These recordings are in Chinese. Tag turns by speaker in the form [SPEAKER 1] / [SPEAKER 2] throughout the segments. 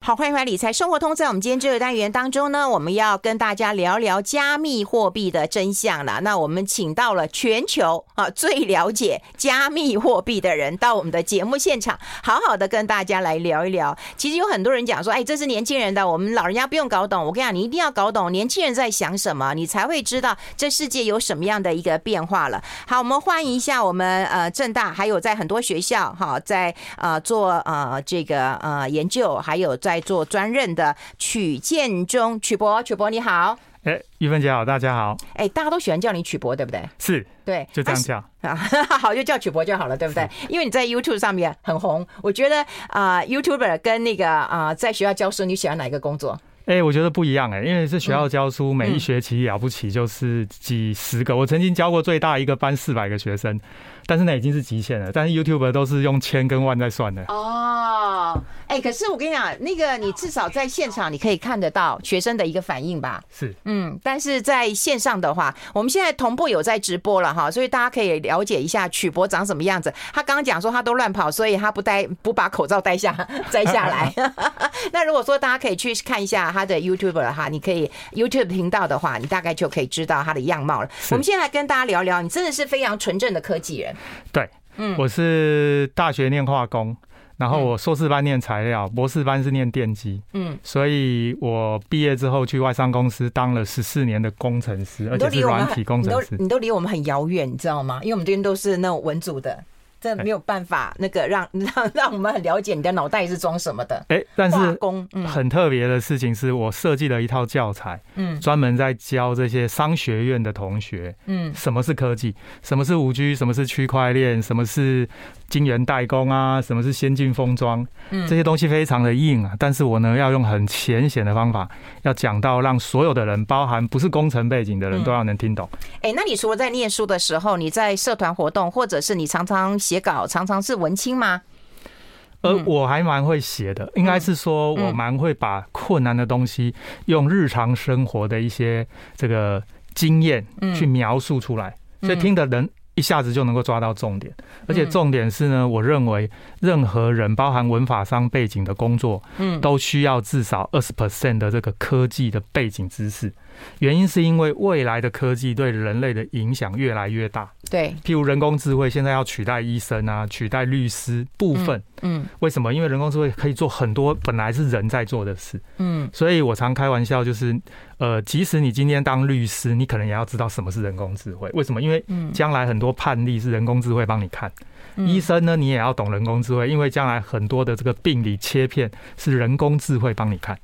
[SPEAKER 1] 好，欢迎回来《理财生活通》。在我们今天这个单元当中呢，我们要跟大家聊聊加密货币的真相啦。那我们请到了全球啊最了解加密货币的人到我们的节目现场，好好的跟大家来聊一聊。其实有很多人讲说，哎，这是年轻人的，我们老人家不用搞懂。我跟你讲，你一定要搞懂年轻人在想什么，你才会知道这世界有什么样的一个变化了。好，我们欢迎一下我们呃正大，还有在很多学校哈，在呃做呃这个呃研究，还有在做专任的曲建中曲博，曲博你好，
[SPEAKER 2] 哎，玉芬姐好，大家好，
[SPEAKER 1] 哎、大家都喜欢叫你曲博，对不对？
[SPEAKER 2] 是
[SPEAKER 1] 对，
[SPEAKER 2] 就这
[SPEAKER 1] 啊
[SPEAKER 2] 样叫，
[SPEAKER 1] 啊， 好，就叫曲博就好了，对不对？因为你在 YouTube 上面很红，我觉得啊、y o u t u b e r 跟那个啊、在学校教书，你喜欢哪一个工作？
[SPEAKER 2] 哎、我觉得不一样哎、因为是
[SPEAKER 1] 嗯
[SPEAKER 2] 学校教书，每一学期了不起就是几十个，我曾经教过最大一个班四百个学生，但是那已经是极限了，但是 YouTube 都是用千跟万在算的，
[SPEAKER 1] 哦，哎，可是我跟你讲，那个你至少在现场你可以看得到学生的一个反应吧？
[SPEAKER 2] 是
[SPEAKER 1] 嗯，但是在线上的话，我们现在同步有在直播了哈，所以大家可以了解一下曲博长什么样子。他刚刚讲说他都乱跑，所以他不戴不把口罩戴下 摘下 来。那如果说大家可以去看一下他的 YouTube 了哈，你可以 YouTube 频道的话，你大概就可以知道他的样貌了。我们现在来跟大家聊聊，你真的是非常纯正的科技人。
[SPEAKER 2] 对，
[SPEAKER 1] 嗯
[SPEAKER 2] 我是大学念化工。然后我硕士班念材料，博士班是念电机，
[SPEAKER 1] 嗯，
[SPEAKER 2] 所以我毕业之后去外商公司当了十四年的工程师，而
[SPEAKER 1] 你都
[SPEAKER 2] 且是
[SPEAKER 1] 离我们
[SPEAKER 2] 软
[SPEAKER 1] 很
[SPEAKER 2] 体工
[SPEAKER 1] 你
[SPEAKER 2] 程
[SPEAKER 1] 都
[SPEAKER 2] 师。
[SPEAKER 1] 你都离我们很遥远，你知道吗？因为我们这边都是那种文组的，这没有办法那个让让让我们很了解你的脑袋是装什么的。
[SPEAKER 2] 哎、但
[SPEAKER 1] 化
[SPEAKER 2] 是
[SPEAKER 1] 工，嗯
[SPEAKER 2] 很特别的事情是我设计了一套教材，
[SPEAKER 1] 嗯
[SPEAKER 2] 专门在教这些商学院的同学
[SPEAKER 1] 嗯
[SPEAKER 2] 什么是科技，什么是五 G，什么是区块链，什么是晶圆代工啊，什么是先进封装，这
[SPEAKER 1] 嗯，
[SPEAKER 2] 些东西非常的硬啊。但是我呢，要用很浅显的方法，要讲到让所有的人，包含不是工程背景的人
[SPEAKER 1] 嗯
[SPEAKER 2] 都要能听懂。
[SPEAKER 1] 哎，那你除了在念书的时候，你在社团活动，或者是你常常写稿，常常是文青吗？
[SPEAKER 2] 而
[SPEAKER 1] 嗯
[SPEAKER 2] 我还蛮会写的，应该是说我蛮会把困难的东西，用日常生活的一些这个经验
[SPEAKER 1] 嗯
[SPEAKER 2] 去描述出来，
[SPEAKER 1] 嗯
[SPEAKER 2] 所以听的人一下子就能够抓到重点。而且重点是呢，我认为任何人，包含文法商背景的工作，
[SPEAKER 1] 嗯
[SPEAKER 2] 都需要至少二十 percent 的这个科技的背景知识。原因是因为未来的科技对人类的影响越来越大，
[SPEAKER 1] 对，
[SPEAKER 2] 譬如人工智慧现在要取代医生啊，取代律师部分。
[SPEAKER 1] 嗯
[SPEAKER 2] 为什么？因为人工智慧可以做很多本来是人在做的事，
[SPEAKER 1] 嗯
[SPEAKER 2] 所以我常开玩笑，就是呃，即使你今天当律师，你可能也要知道什么是人工智慧。为什么？因为
[SPEAKER 1] 嗯，
[SPEAKER 2] 将来很多判例是人工智慧帮你看。
[SPEAKER 1] 嗯
[SPEAKER 2] 医生呢，你也要懂人工智慧，因为将来很多的这个病理切片是人工智慧帮你看。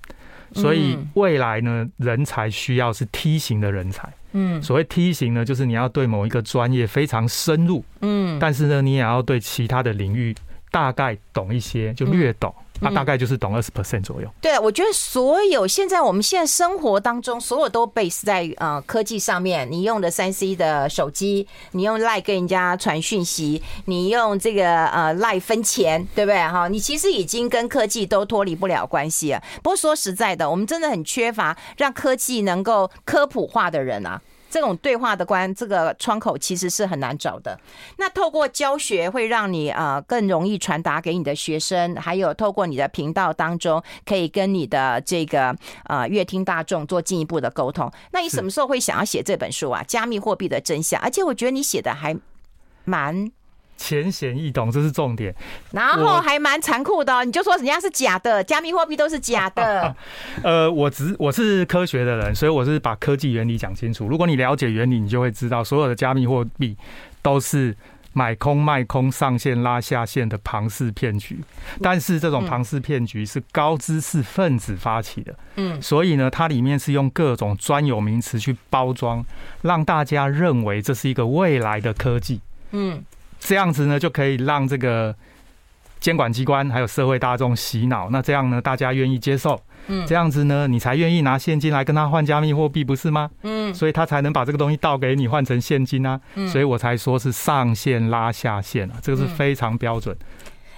[SPEAKER 2] 所以
[SPEAKER 1] 嗯
[SPEAKER 2] 未来呢，人才需要是梯形的人才。
[SPEAKER 1] 嗯
[SPEAKER 2] 所谓梯形呢，就是你要对某一个专业非常深入，
[SPEAKER 1] 嗯
[SPEAKER 2] 但是呢，你也要对其他的领域大概懂一些，就略懂。
[SPEAKER 1] 嗯
[SPEAKER 2] 啊，大概就是懂二十 percent 左右。
[SPEAKER 1] 对，我觉得所有现在我们现在生活当中，所有都 base 在呃科技上面。你用的三 C 的手机，你用 Line 跟人家传讯息，你用这个呃 Line 分钱，对不对？哈，你其实已经跟科技都脱离不了关系了。不过说实在的，我们真的很缺乏让科技能够科普化的人啊。这种对话的关这个窗口其实是很难找的。那透过教学会让你呃更容易传达给你的学生，还有透过你的频道当中，可以跟你的这个呃乐听大众做进一步的沟通。那你
[SPEAKER 2] 是
[SPEAKER 1] 什么时候会想要写这本书啊？加密货币的真相，而且我觉得你写的还蛮。
[SPEAKER 2] 浅显易懂，这是重点。
[SPEAKER 1] 然后还蛮残酷的、哦，你就说人家是假的，加密货币都是假的。
[SPEAKER 2] 呃，我只我是科学的人，所以我是把科技原理讲清楚。如果你了解原理，你就会知道所有的加密货币都是买空卖空、上线拉下线的庞氏骗局。但是这种庞氏骗局是高知识分子发起的，
[SPEAKER 1] 嗯
[SPEAKER 2] 所以呢，它里面是用各种专有名词去包装，让大家认为这是一个未来的科技。
[SPEAKER 1] 嗯
[SPEAKER 2] 这样子呢，就可以让这个监管机关还有社会大众洗脑。那这样呢，大家愿意接受。
[SPEAKER 1] 嗯
[SPEAKER 2] 这样子呢，你才愿意拿现金来跟他换加密货币，不是吗？
[SPEAKER 1] 嗯
[SPEAKER 2] 所以他才能把这个东西倒给你换成现金啊。
[SPEAKER 1] 嗯
[SPEAKER 2] 所以我才说是上线拉下线啊，这个是非常标准。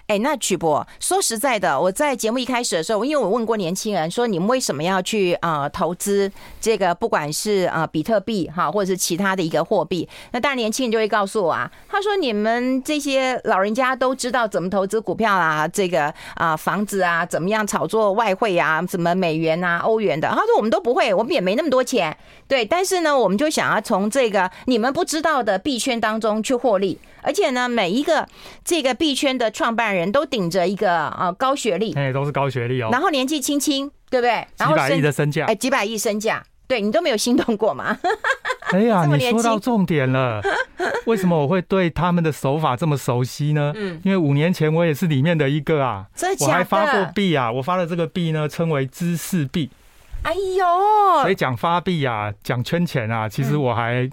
[SPEAKER 1] 哎，那曲博，说实在的，我在节目一开始的时候，因为我问过年轻人说，你们为什么要去啊、呃投资这个，不管是啊、呃比特币哈，或者是其他的一个货币？那当然，年轻人就会告诉我啊，他说你们这些老人家都知道怎么投资股票啊，这个啊、房子啊，怎么样炒作外汇啊，什么美元啊、欧元的。他说我们都不会，我们也没那么多钱，对。但是呢，我们就想要从这个你们不知道的币圈当中去获利，而且呢，每一个这个币圈的创办人都顶着一个啊高学历，
[SPEAKER 2] 哎，都是高学历哦，
[SPEAKER 1] 然后年纪轻轻，对不对？然
[SPEAKER 2] 几
[SPEAKER 1] 后
[SPEAKER 2] 百亿
[SPEAKER 1] 身
[SPEAKER 2] 的身价
[SPEAKER 1] 哎。几百亿身价，对你都没有心动过嘛？
[SPEAKER 2] 哎呀，
[SPEAKER 1] 这么
[SPEAKER 2] 你
[SPEAKER 1] 年
[SPEAKER 2] 说到
[SPEAKER 1] 轻
[SPEAKER 2] 重点了，为什么我会对他们的手法这么熟悉呢？因为五年前我也是里面的一个啊，
[SPEAKER 1] 嗯真的
[SPEAKER 2] 我还
[SPEAKER 1] 假
[SPEAKER 2] 发过
[SPEAKER 1] 的？
[SPEAKER 2] 币啊，我发的这个币呢称为知识币，
[SPEAKER 1] 哎
[SPEAKER 2] 所以
[SPEAKER 1] 呦，
[SPEAKER 2] 讲发币啊，讲圈钱啊，其实
[SPEAKER 1] 嗯
[SPEAKER 2] 我还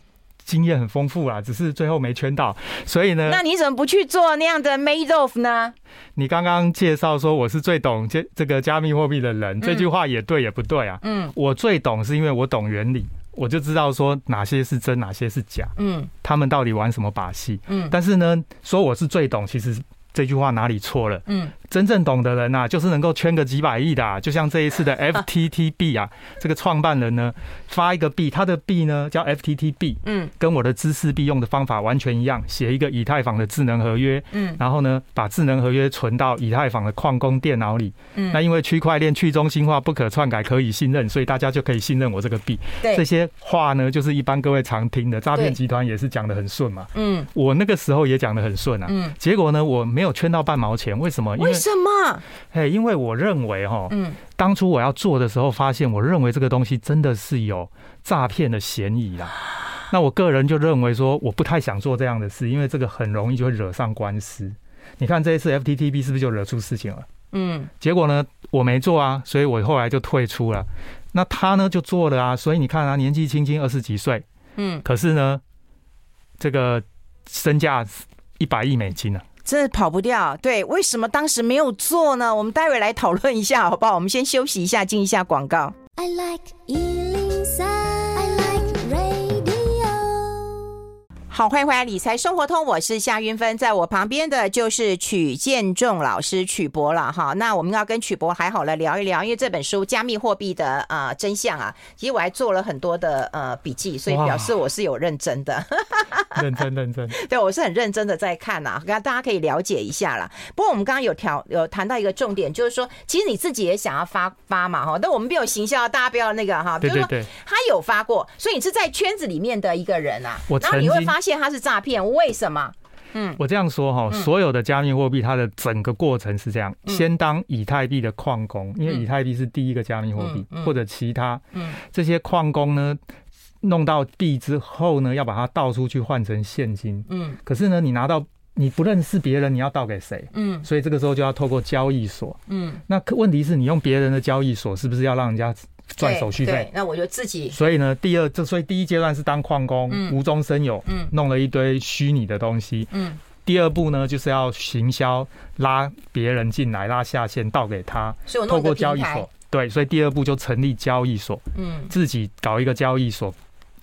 [SPEAKER 2] 经验很丰富啊啦，只是最后没圈到。所以呢，
[SPEAKER 1] 那你怎么不去做那样的 Madoff 呢？
[SPEAKER 2] 你刚刚介绍说我是最懂这这个加密货币的人，这句话也对也不对啊。
[SPEAKER 1] 嗯
[SPEAKER 2] 我最懂是因为我懂原理，我就知道说哪些是真，哪些是假，
[SPEAKER 1] 嗯
[SPEAKER 2] 他们到底玩什么把戏。
[SPEAKER 1] 嗯
[SPEAKER 2] 但是呢，说我是最懂，其实这句话哪里错了？
[SPEAKER 1] 嗯，
[SPEAKER 2] 真正懂的人呐、啊，就是能够圈个几百亿的、啊，就像这一次的 FTT b 啊，这个创办人呢发一个币，他的币呢叫 FTT b
[SPEAKER 1] 嗯
[SPEAKER 2] 跟我的知识币用的方法完全一样，写一个以太坊的智能合约，
[SPEAKER 1] 嗯
[SPEAKER 2] 然后呢把智能合约存到以太坊的矿工电脑里。那
[SPEAKER 1] 嗯，
[SPEAKER 2] 因为区块链去中心化、不可篡改、可以信任，所以大家就可以信任我这个币。这
[SPEAKER 1] 对，
[SPEAKER 2] 些话呢，就是一般各位常听的，诈骗
[SPEAKER 1] 对
[SPEAKER 2] 集团也是讲得很顺嘛。
[SPEAKER 1] 嗯
[SPEAKER 2] 我那个时候也讲得很顺啊。
[SPEAKER 1] 嗯，
[SPEAKER 2] 结果呢，我没有圈到半毛钱，为什么？因为
[SPEAKER 1] 为什么？
[SPEAKER 2] 哎，因为我认为哈，
[SPEAKER 1] 嗯
[SPEAKER 2] 当初我要做的时候，发现我认为这个东西真的是有诈骗的嫌疑啦。那我个人就认为说，我不太想做这样的事，因为这个很容易就会惹上官司。你看这一次 FTTB 是不是就惹出事情了？
[SPEAKER 1] 嗯
[SPEAKER 2] 结果呢，我没做啊，所以我后来就退出了。那他呢就做了啊，所以你看啊，年纪轻轻二十几岁，
[SPEAKER 1] 嗯，
[SPEAKER 2] 可是呢，这个身价一百亿美金啊。
[SPEAKER 1] 真的跑不掉。对，为什么当时没有做呢？我们待会来讨论一下，好不好？我们先休息一下，进一下广告。
[SPEAKER 3] I like Ealing Sound. I like radio.
[SPEAKER 1] 好，欢迎回来《理财生活通》，我是夏云芬，在我旁边的就是曲建仲老师曲博了哈。那我们要跟曲博还好了聊一聊，因为这本书《加密货币的啊、呃真相》啊，其实我还做了很多的呃笔记，所以
[SPEAKER 2] 哇
[SPEAKER 1] 表示我是有认真的。
[SPEAKER 2] 认真认真，
[SPEAKER 1] 对，我是很认真的在看呐、啊，大家可以了解一下啦。不过我们刚刚有调有谈到一个重点，就是说，其实你自己也想要发发嘛哈，但我们没有行销，啊大家不要那个哈。
[SPEAKER 2] 对对
[SPEAKER 1] 就是
[SPEAKER 2] 对
[SPEAKER 1] 说他有发过，所以你是在圈子里面的一个人啊。
[SPEAKER 2] 我
[SPEAKER 1] 然后你
[SPEAKER 2] 曾
[SPEAKER 1] 会
[SPEAKER 2] 经
[SPEAKER 1] 发现他是诈骗，为什么？
[SPEAKER 2] 我这样说哈，
[SPEAKER 1] 嗯
[SPEAKER 2] 所有的加密货币它的整个过程是这样：先当以太币的矿工，因为以太币是第一个加密货币，或者其他
[SPEAKER 1] 嗯
[SPEAKER 2] 这些矿工呢，弄到币之后呢，要把它倒出去换成现金。
[SPEAKER 1] 嗯
[SPEAKER 2] 可是呢，你拿到你不认识别人，你要倒给谁？
[SPEAKER 1] 嗯
[SPEAKER 2] 所以这个时候就要透过交易所。
[SPEAKER 1] 嗯，
[SPEAKER 2] 那可问题是你用别人的交易所，是不是要让人家赚
[SPEAKER 1] 对
[SPEAKER 2] 手续费
[SPEAKER 1] 对？那我就自己
[SPEAKER 2] 所以呢，第二，这所以第一阶段是当矿工，
[SPEAKER 1] 嗯
[SPEAKER 2] 无中生有，
[SPEAKER 1] 嗯
[SPEAKER 2] 弄了一堆虚拟的东西。
[SPEAKER 1] 嗯
[SPEAKER 2] 第二步呢，就是要行销，拉别人进来，拉下线倒给他，
[SPEAKER 1] 所以哦我弄
[SPEAKER 2] 透
[SPEAKER 1] 一个
[SPEAKER 2] 过交易
[SPEAKER 1] 平台
[SPEAKER 2] 所。对，所以第二步就成立交易所，
[SPEAKER 1] 嗯
[SPEAKER 2] 自己搞一个交易所，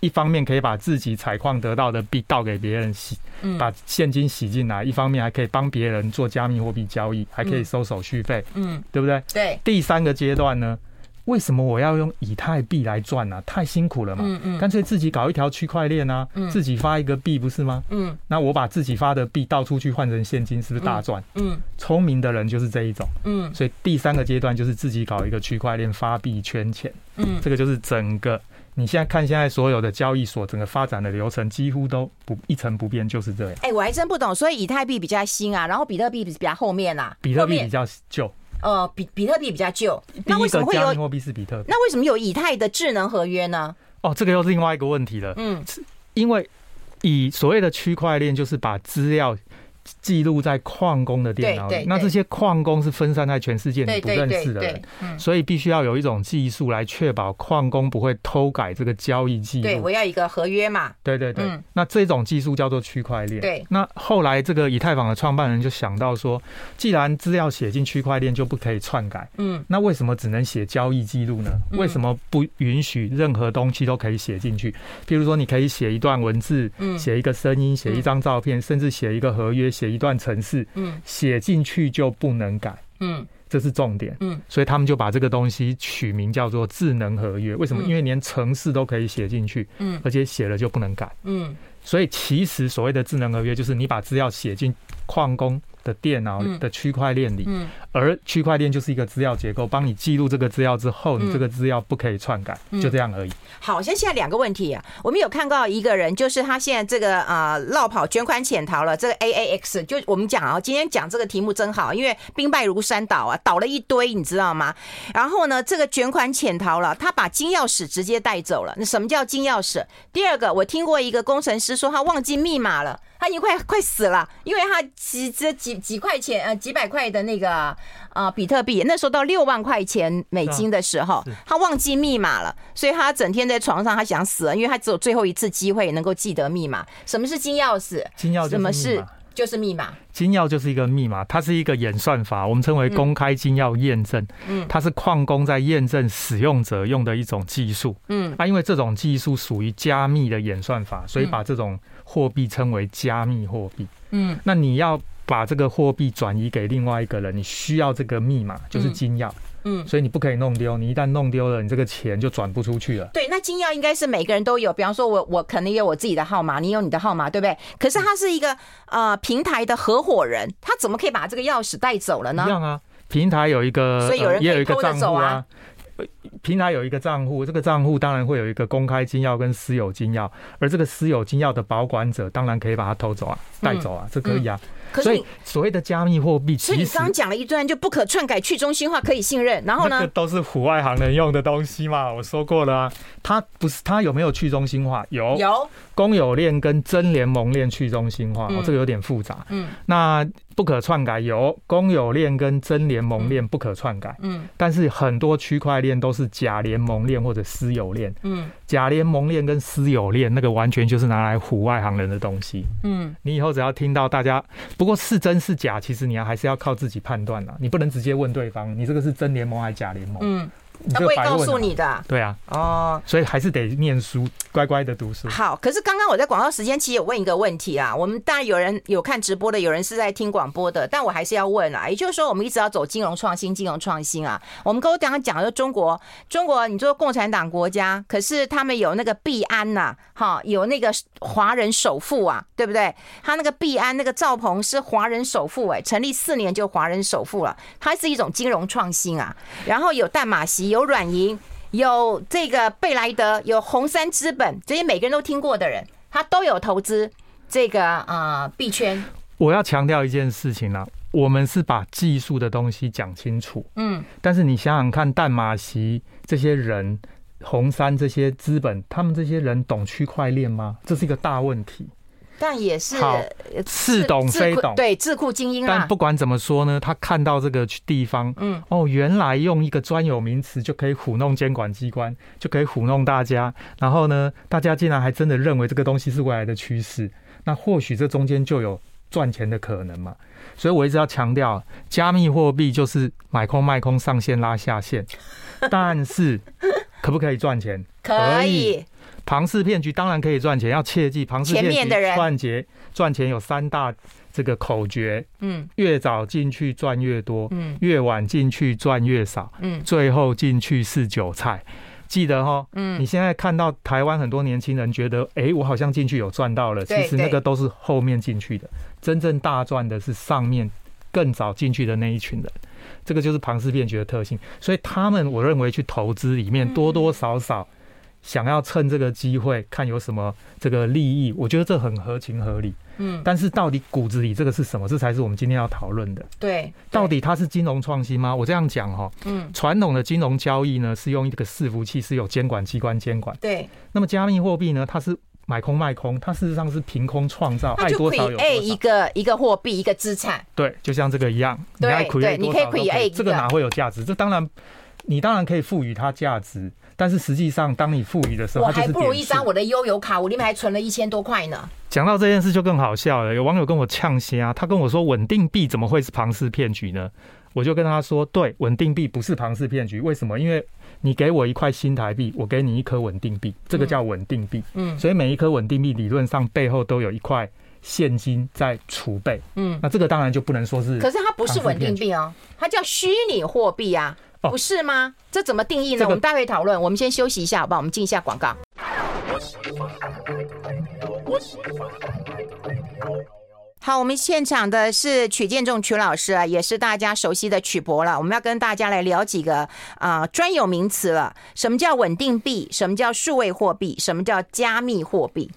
[SPEAKER 2] 一方面可以把自己采矿得到的币倒给别人洗，
[SPEAKER 1] 嗯
[SPEAKER 2] 把现金洗进来；一方面还可以帮别人做加密货币交易，还可以
[SPEAKER 1] 嗯
[SPEAKER 2] 收手续费，
[SPEAKER 1] 嗯
[SPEAKER 2] 对不对？
[SPEAKER 1] 对
[SPEAKER 2] 第三个阶段呢，为什么我要用以太币来赚呢、太辛苦了嘛，
[SPEAKER 1] 嗯嗯
[SPEAKER 2] 干脆自己搞一条区块链啊，自己发一个币不是吗？
[SPEAKER 1] 嗯
[SPEAKER 2] 那我把自己发的币倒出去换成现金，是不是大赚？
[SPEAKER 1] 嗯
[SPEAKER 2] 聪明的人就是这一种，
[SPEAKER 1] 嗯
[SPEAKER 2] 所以第三个阶段就是自己搞一个区块链发币圈钱，
[SPEAKER 1] 嗯
[SPEAKER 2] 这个就是整个你现在看现在所有的交易所整个发展的流程几乎都不一成不变，就是这样。
[SPEAKER 1] 哎、我还真不懂，所以以太币比较新啊，然后比特币比较后面啊，
[SPEAKER 2] 比特
[SPEAKER 1] 后
[SPEAKER 2] 币
[SPEAKER 1] 面
[SPEAKER 2] 比较旧，
[SPEAKER 1] 呃，比比特币比较旧，
[SPEAKER 2] 第
[SPEAKER 1] 那为
[SPEAKER 2] 一
[SPEAKER 1] 什
[SPEAKER 2] 个
[SPEAKER 1] 么会
[SPEAKER 2] 加密
[SPEAKER 1] 有
[SPEAKER 2] 货币是比特币。
[SPEAKER 1] 那为什么有以太的智能合约呢？
[SPEAKER 2] 哦，这个又是另外一个问题了，
[SPEAKER 1] 嗯
[SPEAKER 2] 因为以所谓的区块链就是把资料。记录在矿工的电脑
[SPEAKER 1] 对
[SPEAKER 2] 里
[SPEAKER 1] 对，
[SPEAKER 2] 那
[SPEAKER 1] 对
[SPEAKER 2] 这些矿工是分散在全世界
[SPEAKER 1] 对
[SPEAKER 2] 嗯你不
[SPEAKER 1] 对
[SPEAKER 2] 认
[SPEAKER 1] 对
[SPEAKER 2] 识的人
[SPEAKER 1] 对，，嗯，
[SPEAKER 2] 所以必须要有一种技术来确保矿工不会偷改这个交易记
[SPEAKER 1] 对
[SPEAKER 2] 录
[SPEAKER 1] 我。要一个合约嘛，
[SPEAKER 2] 对对对，
[SPEAKER 1] 嗯
[SPEAKER 2] 那这种技术叫做区块链。
[SPEAKER 1] 对，
[SPEAKER 2] 那后来这个以太坊的创办人就想到说，既然资料写进区块链就不可以篡改，
[SPEAKER 1] 嗯
[SPEAKER 2] 那为什么只能写交易记录呢？
[SPEAKER 1] 嗯
[SPEAKER 2] 为什么不允许任何东西都可以写进去？譬如说，你可以写一段文字，
[SPEAKER 1] 嗯
[SPEAKER 2] 写一个声音，写一张照片，甚至写一个合约，写一段程式，
[SPEAKER 1] 嗯
[SPEAKER 2] 写进去就不能改，
[SPEAKER 1] 嗯
[SPEAKER 2] 这是重点。
[SPEAKER 1] 嗯，
[SPEAKER 2] 所以他们就把这个东西取名叫做智能合约。为什么？
[SPEAKER 1] 嗯
[SPEAKER 2] 因为连程式都可以写进去，
[SPEAKER 1] 嗯
[SPEAKER 2] 而且写了就不能改。
[SPEAKER 1] 嗯
[SPEAKER 2] 所以其实所谓的智能合约，就是你把资料写进矿工的电脑
[SPEAKER 1] 嗯
[SPEAKER 2] 的区块链里，
[SPEAKER 1] 嗯
[SPEAKER 2] 而区块链就是一个资料结构，帮你记录这个资料之后，
[SPEAKER 1] 嗯
[SPEAKER 2] 你这个资料不可以篡改，
[SPEAKER 1] 嗯
[SPEAKER 2] 就这样而已。
[SPEAKER 1] 好，像现在两个问题啊，我们有看到一个人，就是他现在这个呃绕跑卷款潜逃了，这个 A A X，就我们讲啊，今天讲这个题目真好，因为兵败如山倒啊，倒了一堆，你知道吗？然后呢，这个卷款潜逃了，他把金钥匙直接带走了。那什么叫金钥匙？第二个，我听过一个工程师说他忘记密码了，他已经快快死了，因为他几这几几块钱呃几百块的那个呃比特币，那时候到六万块钱美金的时候
[SPEAKER 2] 是，
[SPEAKER 1] 他忘记密码了，所以他整天在床上，他想死了，因为他只有最后一次机会能够记得密码。什么是金钥匙？
[SPEAKER 2] 金钥就是
[SPEAKER 1] 什么
[SPEAKER 2] 密
[SPEAKER 1] 是
[SPEAKER 2] 码，
[SPEAKER 1] 就是密码？
[SPEAKER 2] 金钥就是一个密码，它是一个演算法，我们称为公开金钥验证。
[SPEAKER 1] 嗯
[SPEAKER 2] 它是矿工在验证使用者用的一种技术。
[SPEAKER 1] 嗯
[SPEAKER 2] 啊，因为这种技术属于加密的演算法，所以把这种货币称为加密货币。
[SPEAKER 1] 嗯
[SPEAKER 2] 那你要把这个货币转移给另外一个人，你需要这个密码，就是金钥，
[SPEAKER 1] 嗯。
[SPEAKER 2] 所以你不可以弄丢。你一旦弄丢了，你这个钱就转不出去了。
[SPEAKER 1] 对，那金钥应该是每个人都有，比方说我我可能有我自己的号码，你有你的号码，对不对？可
[SPEAKER 2] 嗯
[SPEAKER 1] 是他是一个呃平台的合伙人，他怎么可以把这个钥匙带走了
[SPEAKER 2] 一
[SPEAKER 1] 呢？
[SPEAKER 2] 样啊，平台有一个，
[SPEAKER 1] 所以有人
[SPEAKER 2] 呃也有一
[SPEAKER 1] 可以
[SPEAKER 2] 个
[SPEAKER 1] 偷着
[SPEAKER 2] 账
[SPEAKER 1] 走
[SPEAKER 2] 户
[SPEAKER 1] 啊
[SPEAKER 2] 啊。呃平台有一个账户，这个账户当然会有一个公开金钥跟私有金钥，而这个私有金钥的保管者当然可以把它偷走啊、带走啊，这可以啊。
[SPEAKER 1] 嗯可是
[SPEAKER 2] 所
[SPEAKER 1] 你
[SPEAKER 2] 以所谓的加密货币，
[SPEAKER 1] 所以
[SPEAKER 2] 其
[SPEAKER 1] 你
[SPEAKER 2] 实
[SPEAKER 1] 刚刚讲了一段就不可篡改、去中心化、可以信任，然后
[SPEAKER 2] 那个
[SPEAKER 1] 呢？
[SPEAKER 2] 都是户外行人用的东西嘛，我说过了啊。它不是它有没有去中心化？有
[SPEAKER 1] 有，
[SPEAKER 2] 公有链跟真联盟链去中心化，
[SPEAKER 1] 嗯
[SPEAKER 2] 哦，这个有点复杂。
[SPEAKER 1] 嗯
[SPEAKER 2] 那不可篡改有公有链跟真联盟链不可篡改，
[SPEAKER 1] 嗯
[SPEAKER 2] 但是很多区块链都是假联盟链或者私有链。
[SPEAKER 1] 嗯
[SPEAKER 2] 假联盟链跟私有链那个完全就是拿来唬外行人的东西。
[SPEAKER 1] 嗯，
[SPEAKER 2] 你以后只要听到大家，不过是真是假，其实你还是要靠自己判断啦。你不能直接问对方，你这个是真联盟还是假联盟？
[SPEAKER 1] 嗯，
[SPEAKER 2] 你
[SPEAKER 1] 他
[SPEAKER 2] 这
[SPEAKER 1] 不
[SPEAKER 2] 个
[SPEAKER 1] 会
[SPEAKER 2] 白问啊
[SPEAKER 1] 告诉你的
[SPEAKER 2] 对啊，
[SPEAKER 1] 哦。
[SPEAKER 2] 所以还是得念书，乖乖的读书。
[SPEAKER 1] 好，可是刚刚我在广告时间其实有问一个问题啊，我们当然有人有看直播的，有人是在听广播的，但我还是要问啊，也就是说我们一直要走金融创新，金融创新啊，我们刚刚讲的中国，中国你说共产党国家，可是他们有那个币安呐、哈，有那个华人首富啊，对不对？他那个币安那个赵鹏是华人首富、哎，成立四年就华人首富了，它是一种金融创新啊，然后有淡马锡，有软银。有这个贝莱德，有红杉资本，这些每个人都听过的人，他都有投资这个呃币圈。
[SPEAKER 2] 我要强调一件事情啦、我们是把技术的东西讲清楚，
[SPEAKER 1] 嗯
[SPEAKER 2] 但是你想想看，淡马锡这些人。红杉这些资本，他们这些人懂区块链吗？这是一个大问题。
[SPEAKER 1] 但也是
[SPEAKER 2] 好
[SPEAKER 1] 呃
[SPEAKER 2] 似懂
[SPEAKER 1] 智
[SPEAKER 2] 非
[SPEAKER 1] 库
[SPEAKER 2] 懂
[SPEAKER 1] 对智库精英
[SPEAKER 2] 但
[SPEAKER 1] 啊
[SPEAKER 2] 不，管怎么说呢，他看到这个地方，
[SPEAKER 1] 嗯
[SPEAKER 2] 哦，原来用一个专有名词就可以糊弄监管机关，就可以糊弄大家。然后呢，大家竟然还真的认为这个东西是未来的趋势，那或许这中间就有赚钱的可能嘛。所以我一直要强调，加密货币就是买空卖空，上线拉下线， 但是可不可以赚钱？
[SPEAKER 1] 可
[SPEAKER 2] 可
[SPEAKER 1] 以
[SPEAKER 2] 以，庞氏骗局当然可以赚钱，要切记庞氏
[SPEAKER 1] 前
[SPEAKER 2] 骗
[SPEAKER 1] 面的人
[SPEAKER 2] 局赚钱赚钱有三大这个口诀：
[SPEAKER 1] 嗯
[SPEAKER 2] 越早进去赚越多，
[SPEAKER 1] 嗯
[SPEAKER 2] 越晚进去赚越少，
[SPEAKER 1] 嗯
[SPEAKER 2] 最后进去是韭菜。记得哈，
[SPEAKER 1] 嗯
[SPEAKER 2] 你现在看到台湾很多年轻人觉得，诶，我好像进去有赚到了，
[SPEAKER 1] 对
[SPEAKER 2] 其实那
[SPEAKER 1] 对
[SPEAKER 2] 个都是后面进去的，真正大赚的是上面更早进去的那一群人。这个就是庞氏骗局的特性，所以他们我认为去投资里
[SPEAKER 1] 嗯
[SPEAKER 2] 面多多少少想要趁这个机会看有什么这个利益，我觉得这很合情合理。
[SPEAKER 1] 嗯，
[SPEAKER 2] 但是到底骨子里这个是什么，这才是我们今天要讨论的。
[SPEAKER 1] 对，
[SPEAKER 2] 到底它是金融创新吗？我这样讲哈、
[SPEAKER 1] 嗯
[SPEAKER 2] 传统的金融交易呢是用一个伺服器，是有监管机关监管。
[SPEAKER 1] 对，
[SPEAKER 2] 那么加密货币呢，它是买空卖空，它事实上是凭空创造，
[SPEAKER 1] 那
[SPEAKER 2] 爱
[SPEAKER 1] 就
[SPEAKER 2] 多
[SPEAKER 1] c
[SPEAKER 2] 少有
[SPEAKER 1] r
[SPEAKER 2] 多
[SPEAKER 1] 一
[SPEAKER 2] 少。
[SPEAKER 1] 个一个货币一个资产，
[SPEAKER 2] 对，就像这个一样，你
[SPEAKER 1] 对
[SPEAKER 2] 爱
[SPEAKER 1] 对
[SPEAKER 2] create
[SPEAKER 1] 你
[SPEAKER 2] 多
[SPEAKER 1] 可以
[SPEAKER 2] 少都可
[SPEAKER 1] create 一啊
[SPEAKER 2] 以，
[SPEAKER 1] 个
[SPEAKER 2] 这个哪会有价值？这当然，你当然可以赋予它价值，但是实际上当你赋予的时
[SPEAKER 1] 我
[SPEAKER 2] 候，它就
[SPEAKER 1] 还
[SPEAKER 2] 是
[SPEAKER 1] 不如
[SPEAKER 2] 点
[SPEAKER 1] 一
[SPEAKER 2] 数
[SPEAKER 1] 张我的悠游卡，我里面还存了一千多块呢。
[SPEAKER 2] 讲到这件事就更好笑了，有网友跟我呛虾、他跟我说稳定币怎么会是庞氏骗局呢？我就跟他说，对，稳定币不是庞氏骗局，为什么？因为你给我一块新台币，我给你一颗稳定币，这个叫稳定币，
[SPEAKER 1] 嗯
[SPEAKER 2] 所以每一颗稳定币理论上背后都有一块现金在储备。
[SPEAKER 1] 嗯，
[SPEAKER 2] 那这个当然就不能说是，
[SPEAKER 1] 可是它不是稳定币哦，它叫虚拟货币啊，
[SPEAKER 2] 哦
[SPEAKER 1] 不是吗？这怎么定义呢？
[SPEAKER 2] 这
[SPEAKER 1] 我
[SPEAKER 2] 个
[SPEAKER 1] 们待会讨论。我们先休息一下，好不好？我们进一下广告。好，我们现场的是曲建仲曲老师啊，也是大家熟悉的曲博了。我们要跟大家来聊几个啊、专有名词了，什么叫稳定币？什么叫数位货币？什么叫加密货币？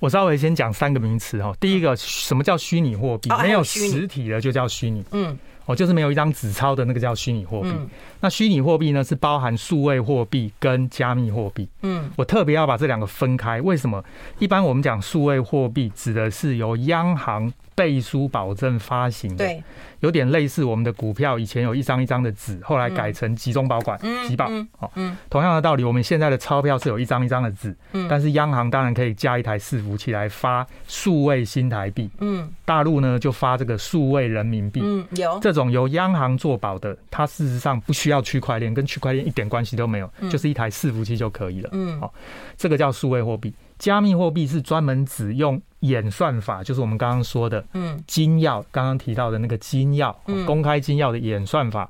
[SPEAKER 2] 我稍微先讲三个名词哈。第一个，什么叫虚拟货币
[SPEAKER 1] 嗯哦？还有
[SPEAKER 2] 没有
[SPEAKER 1] 虚拟
[SPEAKER 2] 实体的就叫虚拟，
[SPEAKER 1] 嗯
[SPEAKER 2] 哦，就是没有一张纸钞的那个叫虚拟货币
[SPEAKER 1] 嗯。
[SPEAKER 2] 那虚拟货币呢，是包含数位货币跟加密货币。
[SPEAKER 1] 嗯
[SPEAKER 2] 我特别要把这两个分开，为什么？一般我们讲数位货币，指的是由央行背书保证发行的，
[SPEAKER 1] 对，
[SPEAKER 2] 有点类似我们的股票，以前有一张一张的纸，后来改成集中保管、集保。
[SPEAKER 1] 嗯
[SPEAKER 2] 哦，
[SPEAKER 1] 嗯
[SPEAKER 2] 同样的道理，我们现在的钞票是有一张一张的纸，
[SPEAKER 1] 嗯
[SPEAKER 2] 但是央行当然可以加一台伺服器来发数位新台币，
[SPEAKER 1] 嗯
[SPEAKER 2] 大陆呢就发这个数位人民币。
[SPEAKER 1] 嗯，有
[SPEAKER 2] 这种由央行做保的，它事实上不需要区块链，跟区块链一点关系都没有，就是一台伺服器就可以了。
[SPEAKER 1] 嗯
[SPEAKER 2] 好，这个叫数位货币。加密货币是专门只用演算法，就是我们刚刚说的
[SPEAKER 1] 嗯
[SPEAKER 2] 金钥，刚刚提到的那个金钥，哦
[SPEAKER 1] 嗯
[SPEAKER 2] 公开金钥的演算法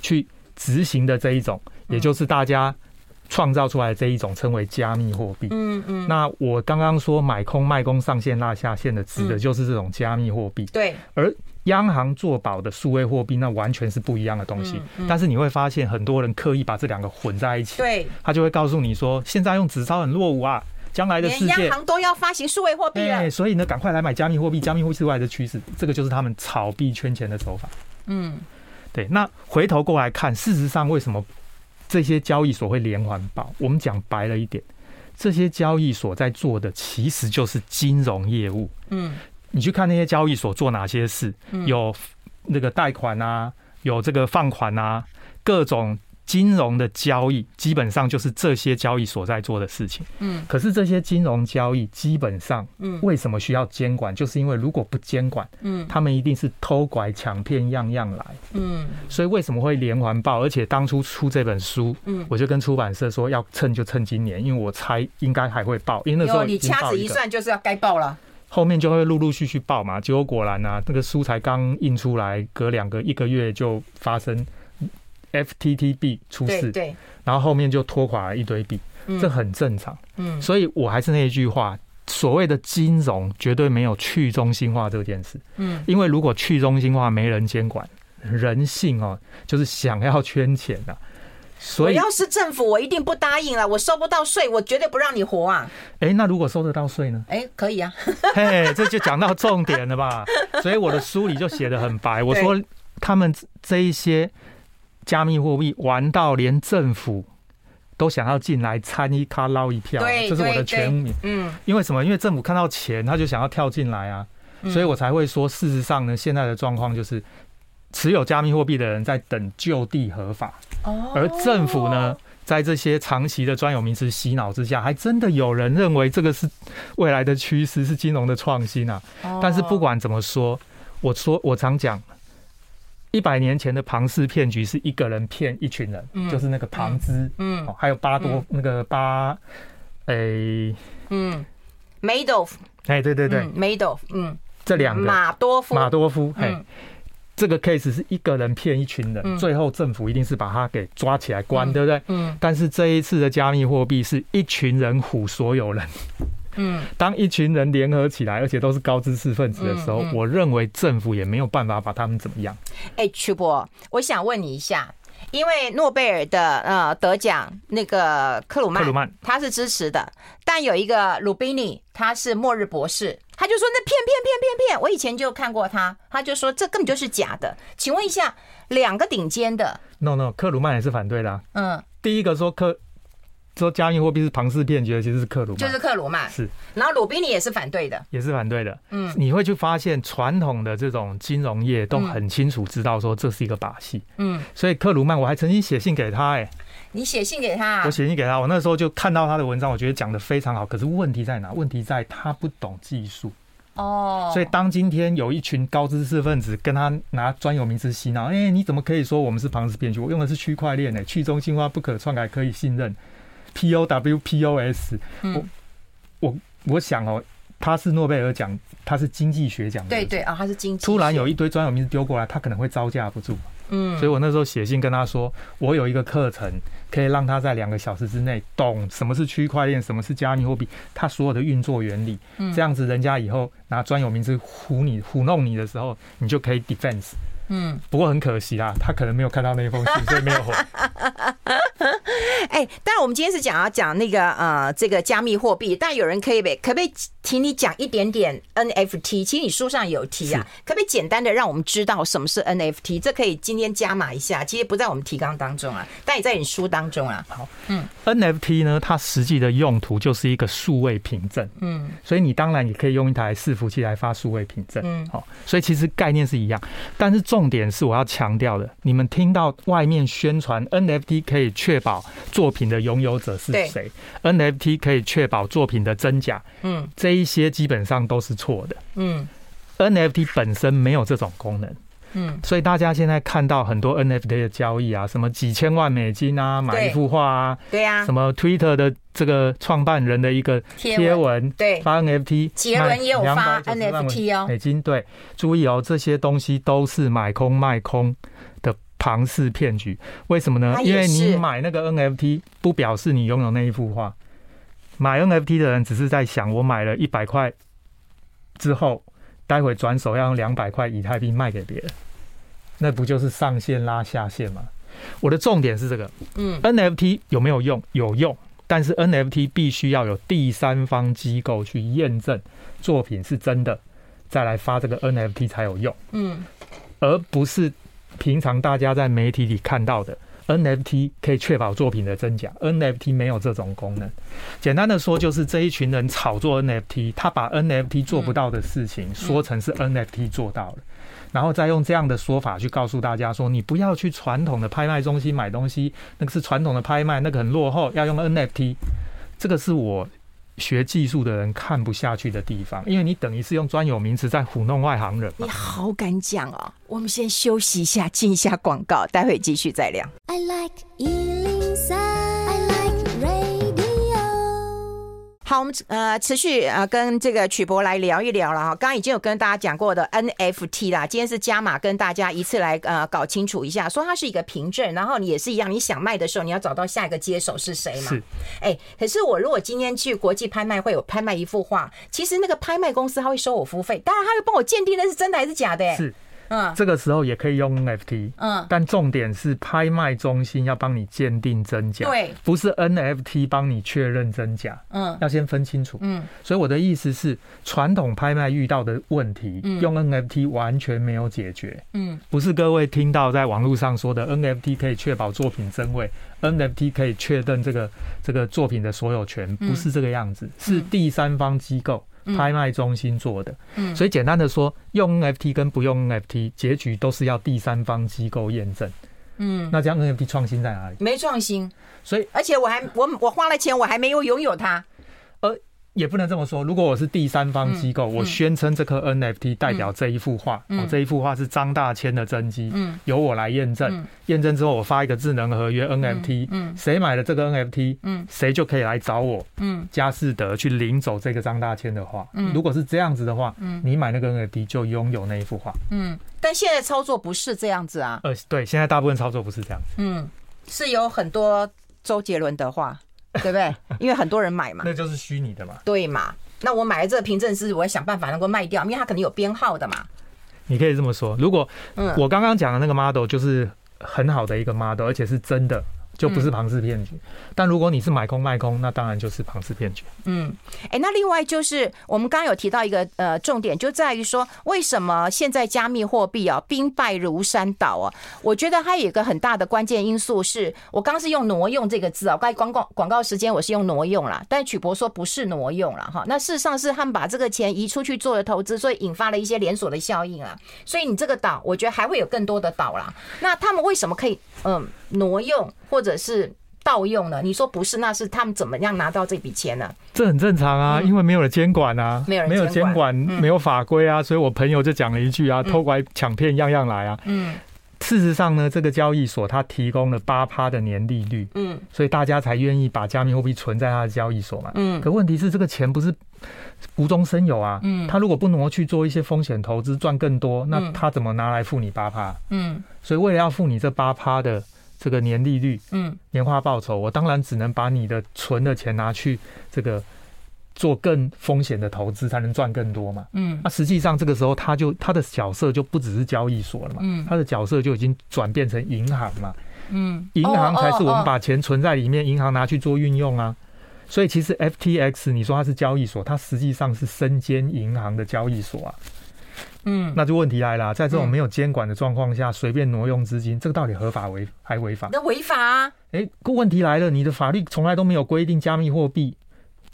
[SPEAKER 2] 去执行的这一种，
[SPEAKER 1] 嗯
[SPEAKER 2] 也就是大家创造出来的这一种，称为加密货币。
[SPEAKER 1] 嗯嗯，
[SPEAKER 2] 那我刚刚说买空卖空上限拉下限的，指
[SPEAKER 1] 嗯
[SPEAKER 2] 的就是这种加密货币。
[SPEAKER 1] 对，
[SPEAKER 2] 而央行做保的数位货币，那完全是不一样的东西。
[SPEAKER 1] 嗯嗯
[SPEAKER 2] 但是你会发现，很多人刻意把这两个混在一起，
[SPEAKER 1] 对，
[SPEAKER 2] 他就会告诉你说，现在用纸钞很落伍啊，将来的
[SPEAKER 1] 连
[SPEAKER 2] 世
[SPEAKER 1] 央
[SPEAKER 2] 界。
[SPEAKER 1] 行都要发行数位货币了。
[SPEAKER 2] 哎所以呢，赶快来买加密货币，加密货币之外的趋势，这个就是他们炒币圈钱的手法。
[SPEAKER 1] 嗯
[SPEAKER 2] 对，那回头过来看，事实上为什么这些交易所会连环爆？我们讲白了一点，这些交易所在做的其实就是金融业务。
[SPEAKER 1] 嗯
[SPEAKER 2] 你去看那些交易所做哪些事，
[SPEAKER 1] 嗯
[SPEAKER 2] 有那个贷款啊，有这个放款啊，各种金融的交易，基本上就是这些交易所在做的事情。
[SPEAKER 1] 嗯
[SPEAKER 2] 可是这些金融交易基本上
[SPEAKER 1] 嗯
[SPEAKER 2] 为什么需要监管？就是因为如果不监管，
[SPEAKER 1] 嗯
[SPEAKER 2] 他们一定是偷拐抢骗，样样来。
[SPEAKER 1] 嗯
[SPEAKER 2] 所以为什么会连环爆？而且当初出这本书，
[SPEAKER 1] 嗯，
[SPEAKER 2] 我就跟出版社说要趁就趁今年，因为我猜应该还会爆，因为那时
[SPEAKER 1] 有
[SPEAKER 2] 候
[SPEAKER 1] 你
[SPEAKER 2] 已经
[SPEAKER 1] 掐
[SPEAKER 2] 爆
[SPEAKER 1] 指一
[SPEAKER 2] 个
[SPEAKER 1] 算就是要该爆了。
[SPEAKER 2] 后面就会陆陆续续爆嘛。结果果然啊，那个书才刚印出来，隔两个一个月就发生 FTTB 出
[SPEAKER 1] 对
[SPEAKER 2] 事，
[SPEAKER 1] 对，
[SPEAKER 2] 然后后面就拖垮了一堆币，
[SPEAKER 1] 嗯
[SPEAKER 2] 这很正常。
[SPEAKER 1] 嗯
[SPEAKER 2] 所以我还是那一句话。所谓的金融绝对没有去中心化这件事，
[SPEAKER 1] 嗯
[SPEAKER 2] 因为如果去中心化没人监管，人性哦，就是想要圈钱啊。
[SPEAKER 1] 我
[SPEAKER 2] 所以，
[SPEAKER 1] 要是政府，我一定不答应了。我收不到税，我绝对不让你活啊！
[SPEAKER 2] 哎、那如果收得到 税呢？
[SPEAKER 1] 哎，可以啊，
[SPEAKER 2] 嘿，这就讲到重点了吧？所以我的书里就写的很白，我说他们这一些加密货币玩到连政府都想要进来参一咖捞一票，
[SPEAKER 1] 对
[SPEAKER 2] 这是我
[SPEAKER 1] 对
[SPEAKER 2] 的全名。
[SPEAKER 1] 嗯
[SPEAKER 2] 因为什么？因为政府看到钱，他就想要跳进来啊，
[SPEAKER 1] 嗯
[SPEAKER 2] 所以我才会说，事实上呢，现在的状况就是。持有加密货币的人在等就地合法，
[SPEAKER 1] 哦
[SPEAKER 2] 而政府呢，在这些长期的专有名词洗脑之下，还真的有人认为这个是未来的趋势，是金融的创新啊。
[SPEAKER 1] 哦，
[SPEAKER 2] 但是不管怎么说，我说我常讲，一百年前的庞氏骗局是一个人骗一群人，
[SPEAKER 1] 嗯
[SPEAKER 2] 就是那个庞兹、
[SPEAKER 1] 嗯
[SPEAKER 2] 哦，还有巴多、那个巴，诶、
[SPEAKER 1] 嗯，Madoff，
[SPEAKER 2] 哎、对对对，
[SPEAKER 1] 嗯，Madoff，嗯，
[SPEAKER 2] 这两个
[SPEAKER 1] 马多夫，
[SPEAKER 2] 马多夫，嘿。
[SPEAKER 1] 嗯
[SPEAKER 2] 这个 case 是一个人骗一群人，
[SPEAKER 1] 嗯
[SPEAKER 2] 最后政府一定是把他给抓起来关，
[SPEAKER 1] 嗯
[SPEAKER 2] 对不对？
[SPEAKER 1] 嗯
[SPEAKER 2] 但是这一次的加密货币是一群人唬所有 人，
[SPEAKER 1] 嗯
[SPEAKER 2] 当一群人联合起来，而且都是高知识分子的时候，
[SPEAKER 1] 嗯嗯
[SPEAKER 2] 我认为政府也没有办法把他们怎么样。
[SPEAKER 1] 哎，曲博，我想问你一下，因为诺贝尔的呃得奖那个克鲁曼，
[SPEAKER 2] 克鲁曼
[SPEAKER 1] 他是支持的，但有一个鲁宾尼，他是末日博士，他就说那骗骗骗骗骗，我以前就看过他，他就说这根本就是假的。请问一下，两个顶尖的，
[SPEAKER 2] No No，克鲁曼也是反对的啊、
[SPEAKER 1] 嗯，
[SPEAKER 2] 第一个说克说加密货币是庞氏骗局的，其实是克鲁曼，
[SPEAKER 1] 就是克鲁曼，
[SPEAKER 2] 是
[SPEAKER 1] 然后鲁宾尼也是反对的，
[SPEAKER 2] 也是反对的。
[SPEAKER 1] 嗯
[SPEAKER 2] 你会去发现传统的这种金融业都很清楚知道说这是一个把戏，
[SPEAKER 1] 嗯，
[SPEAKER 2] 所以克鲁曼我还曾经写信给他、哎、
[SPEAKER 1] 你写信给他、
[SPEAKER 2] 我
[SPEAKER 1] 啊，
[SPEAKER 2] 写信给他，我那时候就看到他的文章，我觉得讲的非常好。可是问题在哪？问题在他不懂技术。
[SPEAKER 1] 哦，
[SPEAKER 2] 所以当今天有一群高知识分子跟他拿专有名词洗脑，哎、你怎么可以说我们是庞氏骗局？我用的是区块链呢，去中心化、不可篡改、可以信任，P O W P O S。
[SPEAKER 1] 嗯
[SPEAKER 2] 我我我想哦，他是诺贝尔奖他是经济学奖的，
[SPEAKER 1] 对对啊，它是经济。
[SPEAKER 2] 突然有一堆专有名词丢过来，他可能会招架不住。
[SPEAKER 1] 嗯
[SPEAKER 2] 所以我那时候写信跟他说，我有一个课程可以让他在两个小时之内懂什么是区块链，什么是加密货币，它所有的运作原理。
[SPEAKER 1] 嗯
[SPEAKER 2] 这样子，人家以后拿专有名词唬你、糊弄你的时候，你就可以 defense。
[SPEAKER 1] 嗯，
[SPEAKER 2] 不过很可惜啦，他可能没有看到那封信，所以没有回。
[SPEAKER 1] 哎，当然我们今天是讲要讲那个呃这个加密货币，但有人可以呗，可不可以请你讲一点点 NFT？其实你书上有提啊，可不可以简单的让我们知道什么是 NFT？这可以今天加码一下，其实不在我们提纲当中啊，但也在你书当中啊。
[SPEAKER 2] NFT 呢，它实际的用途就是一个数位凭证，
[SPEAKER 1] 嗯
[SPEAKER 2] 所以你当然也可以用一台伺服器来发数位凭证。
[SPEAKER 1] 嗯
[SPEAKER 2] 好、所以其实概念是一样，但是重点是我要强调的，你们听到外面宣传 NFT 可以确保作品的拥有者是谁，NFT 可以确保作品的真假，
[SPEAKER 1] 嗯
[SPEAKER 2] 这一些基本上都是错的。
[SPEAKER 1] 嗯
[SPEAKER 2] NFT 本身没有这种功能，
[SPEAKER 1] 嗯，
[SPEAKER 2] 所以大家现在看到很多 NFT 的交易啊，什么几千万美金啊，买一幅画啊，
[SPEAKER 1] 对呀、
[SPEAKER 2] 什么 Twitter 的这个创办人的一个贴文，
[SPEAKER 1] 对
[SPEAKER 2] 发 NFT，
[SPEAKER 1] 杰伦也有发
[SPEAKER 2] 卖290万哎
[SPEAKER 1] NFT 哦
[SPEAKER 2] 美金对，注意哦，这些东西都是买空卖空的庞氏骗局。为什么呢
[SPEAKER 1] 它？也
[SPEAKER 2] 因为你
[SPEAKER 1] 是
[SPEAKER 2] 买那个 NFT 不表示你拥有那一幅画，买 NFT 的人只是在想，我买了一百块之后，待会转手要用两百块以太币卖给别人，那不就是上线拉下线吗？我的重点是这个，
[SPEAKER 1] 嗯
[SPEAKER 2] NFT 有没有用？有用，但是 NFT 必须要有第三方机构去验证作品是真的，再来发这个 NFT 才有用，
[SPEAKER 1] 嗯
[SPEAKER 2] 而不是平常大家在媒体里看到的 NFT 可以确保作品的真假。NFT 没有这种功能。简单的说，就是这一群人炒作 NFT，他把 NFT 做不到的事情说成是 NFT 做到了。然后再用这样的说法去告诉大家说，你不要去传统的拍卖中心买东西，那个是传统的拍卖，那个很落后，要用 NFT。这个是我学技术的人看不下去的地方，因为你等于是用专有名词在糊弄外行人嘛
[SPEAKER 1] 你。好敢讲哦！我们先休息一下，进一下广告，待会继续再聊。
[SPEAKER 3] I like Ealing Sound. I like radio.
[SPEAKER 1] 好，我们呃持续呃跟这个曲博来聊一聊了哈。刚刚已经有跟大家讲过的 NFT 啦，今天是加码跟大家一次来呃搞清楚一下，说它是一个凭证，然后你也是一样，你想卖的时候你要找到下一个接手是谁嘛
[SPEAKER 2] 是。
[SPEAKER 1] 哎、可是我如果今天去国际拍卖会有拍卖一幅画，其实那个拍卖公司他会收我服务费，当然他会帮我鉴定那是真的还是假的、哎，
[SPEAKER 2] 是，
[SPEAKER 1] 嗯
[SPEAKER 2] 这个时候也可以用 NFT，
[SPEAKER 1] 嗯
[SPEAKER 2] 但重点是拍卖中心要帮你鉴定真假，
[SPEAKER 1] 对
[SPEAKER 2] 不是 NFT 帮你确认真假，
[SPEAKER 1] 嗯
[SPEAKER 2] 要先分清楚。
[SPEAKER 1] 嗯
[SPEAKER 2] 所以我的意思是，传统拍卖遇到的问题，用 NFT 完全没有解决。
[SPEAKER 1] 嗯
[SPEAKER 2] 不是各位听到在网络上说的 NFT 可以确保作品真伪，NFT 可以确认这个这个作品的所有权，
[SPEAKER 1] 嗯
[SPEAKER 2] 不是这个样子，是第三方机构。拍卖中心做的，
[SPEAKER 1] 嗯
[SPEAKER 2] 所以简单的说，用 NFT 跟不用 NFT，结局都是要第三方机构验证。
[SPEAKER 1] 嗯，
[SPEAKER 2] 那这样 NFT 创新在哪里？
[SPEAKER 1] 没创新，
[SPEAKER 2] 所以
[SPEAKER 1] 而且我还我我花了钱，我还没有拥有它。
[SPEAKER 2] 也不能这么说。如果我是第三方机构，我宣称这颗 NFT 代表这一幅画，
[SPEAKER 1] 嗯
[SPEAKER 2] 哦，这一幅画是张大千的真迹，
[SPEAKER 1] 嗯
[SPEAKER 2] 由我来验证。
[SPEAKER 1] 嗯
[SPEAKER 2] 验证之后，我发一个智能合约 NFT，
[SPEAKER 1] 嗯
[SPEAKER 2] 谁、买了这个 NFT，
[SPEAKER 1] 嗯
[SPEAKER 2] 谁就可以来找我
[SPEAKER 1] 嗯
[SPEAKER 2] 佳士得去领走这个张大千的画。
[SPEAKER 1] 嗯
[SPEAKER 2] 如果是这样子的话，
[SPEAKER 1] 嗯
[SPEAKER 2] 你买那个 NFT 就拥有那一幅画。
[SPEAKER 1] 嗯，但现在操作不是这样子啊。
[SPEAKER 2] 呃，对，现在大部分操作不是这样，
[SPEAKER 1] 嗯，是有很多周杰伦的话，对不对？因为很多人买嘛，
[SPEAKER 2] 那就是虚拟的嘛。
[SPEAKER 1] 对嘛？那我买了这个凭证是，我要想办法能够卖掉，因为它可能有编号的嘛。
[SPEAKER 2] 你可以这么说，如果
[SPEAKER 1] 嗯
[SPEAKER 2] 我刚刚讲的那个 model 就是很好的一个 model，而且是真的，就
[SPEAKER 1] 嗯
[SPEAKER 2] 不是庞氏骗局。但如果你是买空卖空，那当然就是庞氏骗局。
[SPEAKER 1] 嗯，哎，那另外就是我们刚刚有提到一个呃重点，就在于说为什么现在加密货币哦兵败如山倒哦，我觉得它有一个很大的关键因素是，我刚刚是用挪用这个字啊、刚才广告广告时间我是用挪用啦，但曲博说不是挪用啦，哈，那事实上是他们把这个钱移出去做了投资，所以引发了一些连锁的效应啊，所以你这个岛，我觉得还会有更多的岛啦。那他们为什么可以嗯、挪用或者是？盗用呢？你说不是，那是他们怎么样拿到这笔钱呢？
[SPEAKER 2] 这很正常啊，因为没有人监管啊，
[SPEAKER 1] 嗯没有人监嗯
[SPEAKER 2] 监管，没有法规啊，所以我朋友就讲了一句啊，偷拐抢骗样样来啊。
[SPEAKER 1] 嗯
[SPEAKER 2] 事实上呢，这个交易所它提供了八趴的年利率，
[SPEAKER 1] 嗯
[SPEAKER 2] 所以大家才愿意把加密货币存在它的交易所嘛。
[SPEAKER 1] 嗯
[SPEAKER 2] 可问题是，这个钱不是无中生有啊。
[SPEAKER 1] 嗯
[SPEAKER 2] 他如果不挪去做一些风险投资赚更多，那
[SPEAKER 1] 嗯
[SPEAKER 2] 他怎么拿来付你八趴？
[SPEAKER 1] 嗯
[SPEAKER 2] 所以为了要付你这八趴的这个年利率、
[SPEAKER 1] 嗯
[SPEAKER 2] 年化报酬，我当然只能把你的存的钱拿去这个做更风险的投资，才能赚更多嘛。
[SPEAKER 1] 嗯
[SPEAKER 2] 那实际上这个时候，他就他的角色就不只是交易所了嘛，
[SPEAKER 1] 嗯
[SPEAKER 2] 他的角色就已经转变成银行嘛。
[SPEAKER 1] 嗯，
[SPEAKER 2] 银行才是我
[SPEAKER 1] 哦
[SPEAKER 2] 们把钱存在里面，银行拿去做运用啊。所以其实 FTX 你说它是交易所，它实际上是身兼银行的交易所啊。
[SPEAKER 1] 嗯，
[SPEAKER 2] 那就问题来了，啊在这种
[SPEAKER 1] 嗯
[SPEAKER 2] 没有监管的状况下，随便挪用资金，这个到底合法违还违法？
[SPEAKER 1] 那违法啊，
[SPEAKER 2] 诶，问题来了，你的法律从来都没有规定加密货币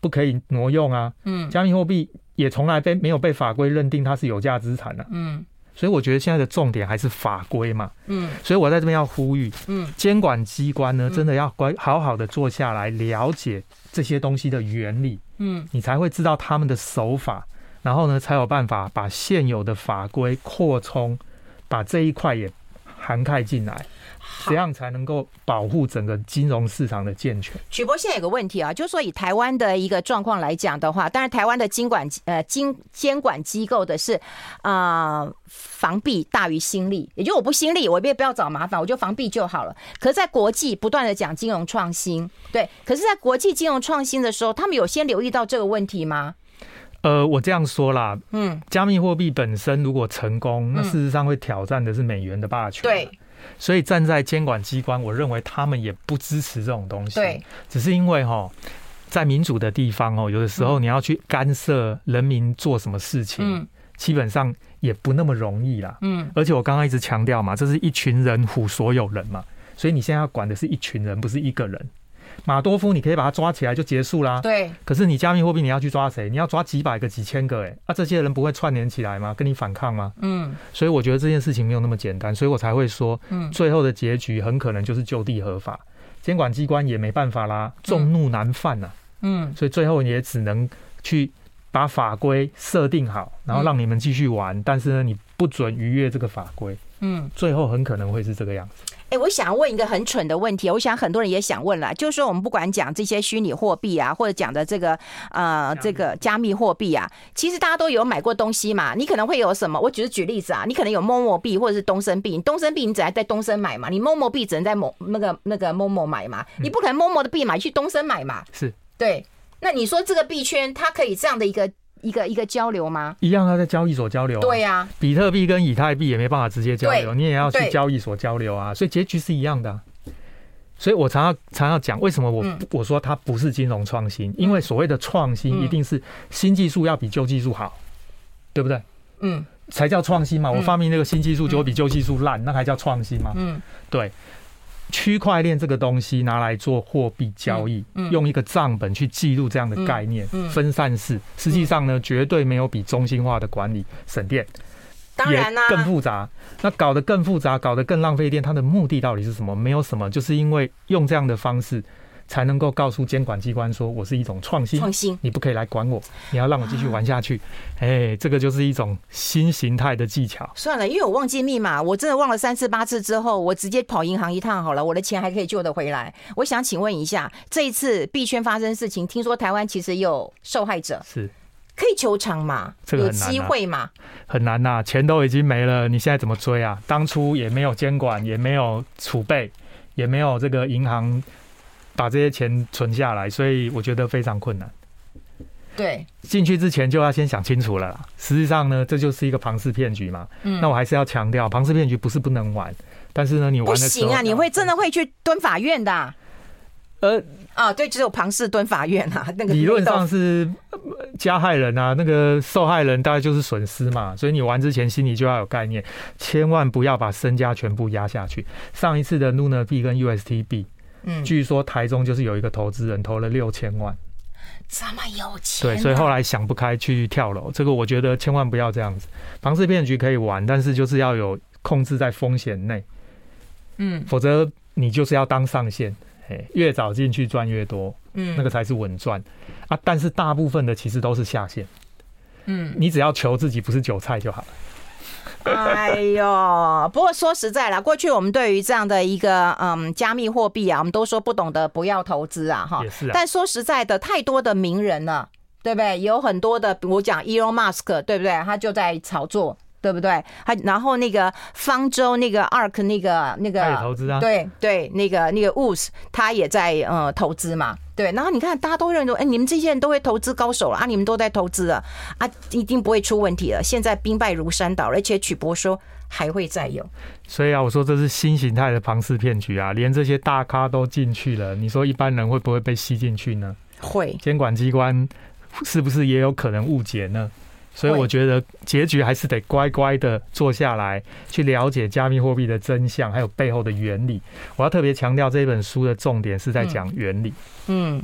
[SPEAKER 2] 不可以挪用啊，
[SPEAKER 1] 嗯
[SPEAKER 2] 加密货币也从来被没有被法规认定它是有价资产啊。
[SPEAKER 1] 嗯
[SPEAKER 2] 所以我觉得现在的重点还是法规嘛。
[SPEAKER 1] 嗯
[SPEAKER 2] 所以我在这边要呼吁，
[SPEAKER 1] 嗯
[SPEAKER 2] 监管机关呢，
[SPEAKER 1] 嗯
[SPEAKER 2] 真的要乖好好的坐下来了解这些东西的原理，
[SPEAKER 1] 嗯
[SPEAKER 2] 你才会知道他们的手法，然后呢，才有办法把现有的法规扩充，把这一块也涵盖进来，这样才能够保护整个金融市场的健全。
[SPEAKER 1] 曲博现在有个问题啊，就是说以台湾的一个状况来讲的话，当然台湾的经管呃经监管机构的是啊、呃防弊大于心力，也就我不心力，我也不要找麻烦，我就防弊就好了。可是在国际不断的讲金融创新，对，可是在国际金融创新的时候，他们有先留意到这个问题吗？
[SPEAKER 2] 呃，我这样说啦，
[SPEAKER 1] 嗯，
[SPEAKER 2] 加密货币本身如果成功，那
[SPEAKER 1] 嗯
[SPEAKER 2] 事实上会挑战的是美元的霸权。
[SPEAKER 1] 对，
[SPEAKER 2] 所以站在监管机关，我认为他们也不支持这种东西。
[SPEAKER 1] 对，
[SPEAKER 2] 只是因为哈，在民主的地方哦，有的时候你要去干涉人民做什么事情，
[SPEAKER 1] 嗯
[SPEAKER 2] 基本上也不那么容易啦。
[SPEAKER 1] 嗯
[SPEAKER 2] 而且我刚刚一直强调嘛，这是一群人唬所有人嘛，所以你现在要管的是一群人，不是一个人。马多夫你可以把他抓起来就结束啦。
[SPEAKER 1] 对，
[SPEAKER 2] 可是你加密货币你要去抓谁？你要抓几百个、几千个、欸，哎，啊，这些人不会串联起来吗？跟你反抗吗？
[SPEAKER 1] 嗯
[SPEAKER 2] 所以我觉得这件事情没有那么简单，所以我才会说，
[SPEAKER 1] 嗯
[SPEAKER 2] 最后的结局很可能就是就地合法，监管机关也没办法啦，众怒难犯呐、
[SPEAKER 1] 嗯
[SPEAKER 2] 所以最后也只能去把法规设定好，然后让你们继续玩，但是呢，你不准逾越这个法规，
[SPEAKER 1] 嗯。
[SPEAKER 2] 最后很可能会是这个样子。
[SPEAKER 1] 哎、我想问一个很蠢的问题，我想很多人也想问了，就是说我们不管讲这些虚拟货币啊，或者讲的这个呃这个加密货币啊，其实大家都有买过东西嘛，你可能会有什么？我只是举例子啊，你可能有 Momo 币或者是东森币，你东森币你只能在东森买嘛，你 Momo 币只能在某那个那个 Momo 买嘛，你不可能 Momo 的币买去东森买嘛，
[SPEAKER 2] 嗯是
[SPEAKER 1] 对？那你说这个币圈它可以这样的一个一个一个交流吗？
[SPEAKER 2] 一样，要在交易所交流、啊。
[SPEAKER 1] 对呀、
[SPEAKER 2] 比特币跟以太币也没办法直接交流，
[SPEAKER 1] 对
[SPEAKER 2] 你也要去
[SPEAKER 1] 对
[SPEAKER 2] 交易所交流啊，所以结局是一样的啊、所以我常要常要讲，为什么我、
[SPEAKER 1] 嗯
[SPEAKER 2] 我说它不是金融创新？因为所谓的创新，
[SPEAKER 1] 嗯
[SPEAKER 2] 一定是新技术要比旧技术好，对不对？
[SPEAKER 1] 嗯
[SPEAKER 2] 才叫创新嘛！
[SPEAKER 1] 嗯
[SPEAKER 2] 我发明那个新技术，就比旧技术烂，那还叫创新吗？
[SPEAKER 1] 嗯
[SPEAKER 2] 对，区块链这个东西拿来做货币交易，
[SPEAKER 1] 嗯嗯
[SPEAKER 2] 用一个账本去记录这样的概念，
[SPEAKER 1] 嗯嗯
[SPEAKER 2] 分散式，实际上呢，绝对没有比中心化的管理省电。
[SPEAKER 1] 当然啦、
[SPEAKER 2] 也更复杂。那搞得更复杂，搞得更浪费电，它的目的到底是什么？没有什么，就是因为用这样的方式，才能够告诉监管机关说，我是一种创新，
[SPEAKER 1] 创啊新。
[SPEAKER 2] 你不可以来管我，你要让我继续玩下去。哎，这个就是一种新形态的技巧。
[SPEAKER 1] 算了，因为我忘记密码，我真的忘了三次八次之后，我直接跑银行一趟好了，我的钱还可以救得回来。我想请问一下，这一次币圈发生事情，听说台湾其实有受害者，
[SPEAKER 2] 是
[SPEAKER 1] 可以求偿吗？
[SPEAKER 2] 这个
[SPEAKER 1] 有
[SPEAKER 2] 很难啊
[SPEAKER 1] 机会吗？
[SPEAKER 2] 很难呐、钱都已经没了，你现在怎么追啊？当初也没有监管，也没有储备，也没有这个银行把这些钱存下来，所以我觉得非常困难。
[SPEAKER 1] 对，
[SPEAKER 2] 进去之前就要先想清楚了啦。实际上呢，这就是一个庞氏骗局嘛。
[SPEAKER 1] 嗯
[SPEAKER 2] 那我还是要强调，庞氏骗局不是不能玩，但是呢，你玩
[SPEAKER 1] 不
[SPEAKER 2] 的时候
[SPEAKER 1] 行啊，你会真的会去蹲法院的啊、
[SPEAKER 2] 呃，
[SPEAKER 1] 啊对，只有庞氏蹲法院啊，那个
[SPEAKER 2] 理论上是呃加害人啊，那个受害人大概就是损失嘛，所以你玩之前心里就要有概念，千万不要把身家全部压下去。上一次的 Luna 币跟 UST 币，
[SPEAKER 1] 嗯，
[SPEAKER 2] 据说台中就是有一个投资人投了六千万，
[SPEAKER 1] 这么有钱啊、
[SPEAKER 2] 对，所以后来想不开去跳楼，这个我觉得千万不要这样子。庞氏骗局可以玩，但是就是要有控制在风险内，
[SPEAKER 1] 嗯
[SPEAKER 2] 否则你就是要当上线，哎，越早进去赚越多，
[SPEAKER 1] 嗯
[SPEAKER 2] 那个才是稳赚啊。但是大部分的其实都是下线，
[SPEAKER 1] 嗯。
[SPEAKER 2] 你只要求自己不是韭菜就好了。
[SPEAKER 1] 哎呦，不过说实在啦，过去我们对于这样的一个嗯加密货币啊，我们都说不懂得不要投资啊，哈。
[SPEAKER 2] 也是啊
[SPEAKER 1] 但说实在的，太多的名人了。对不对？有很多的，我讲 Elon Musk，对不对？他就在炒作，对不对？他然后那个方舟那个 Ark 那个那个
[SPEAKER 2] 他也投资啊，
[SPEAKER 1] 对对，那个那个 Woos 他也在呃投资嘛，对。然后你看，大家都认为，哎，你们这些人都会投资高手了啊，你们都在投资了啊，一定不会出问题了。现在兵败如山倒，而且曲博说还会再有，
[SPEAKER 2] 所以啊，我说这是新形态的庞氏骗局啊，连这些大咖都进去了，你说一般人会不会被吸进去呢？
[SPEAKER 1] 会
[SPEAKER 2] 监管机关是不是也有可能误解呢？所以
[SPEAKER 1] 会
[SPEAKER 2] 我觉得结局还是得乖乖的坐下来，去了解加密货币的真相，还有背后的原理。我要特别强调，这本书的重点是在讲原理。
[SPEAKER 1] 嗯。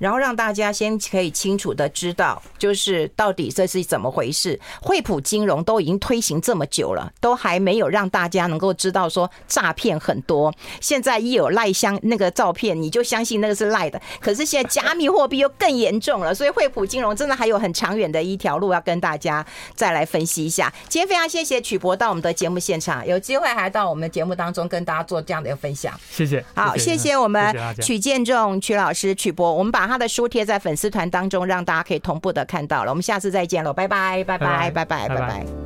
[SPEAKER 1] 然后让大家先可以清楚的知道，就是到底这是怎么回事。惠普金融都已经推行这么久了，都还没有让大家能够知道说诈骗很多。现在一有赖相那个照片，你就相信那个是赖的。可是现在加密货币又更严重了，所以惠普金融真的还有很长远的一条路要跟大家再来分析一下。今天非常谢谢曲博到我们的节目现场，有机会还到我们的节目当中跟大家做这样的一个分享。
[SPEAKER 2] 谢谢，
[SPEAKER 1] 好，谢谢我们
[SPEAKER 2] 谢谢大家
[SPEAKER 1] 曲建仲曲老师曲博，我们把他的书贴在粉丝团当中，让大家可以同步的看到了。我们下次再见喽，拜拜，拜拜，拜
[SPEAKER 2] 拜拜
[SPEAKER 1] 拜，拜
[SPEAKER 2] 拜
[SPEAKER 1] 拜
[SPEAKER 2] 拜。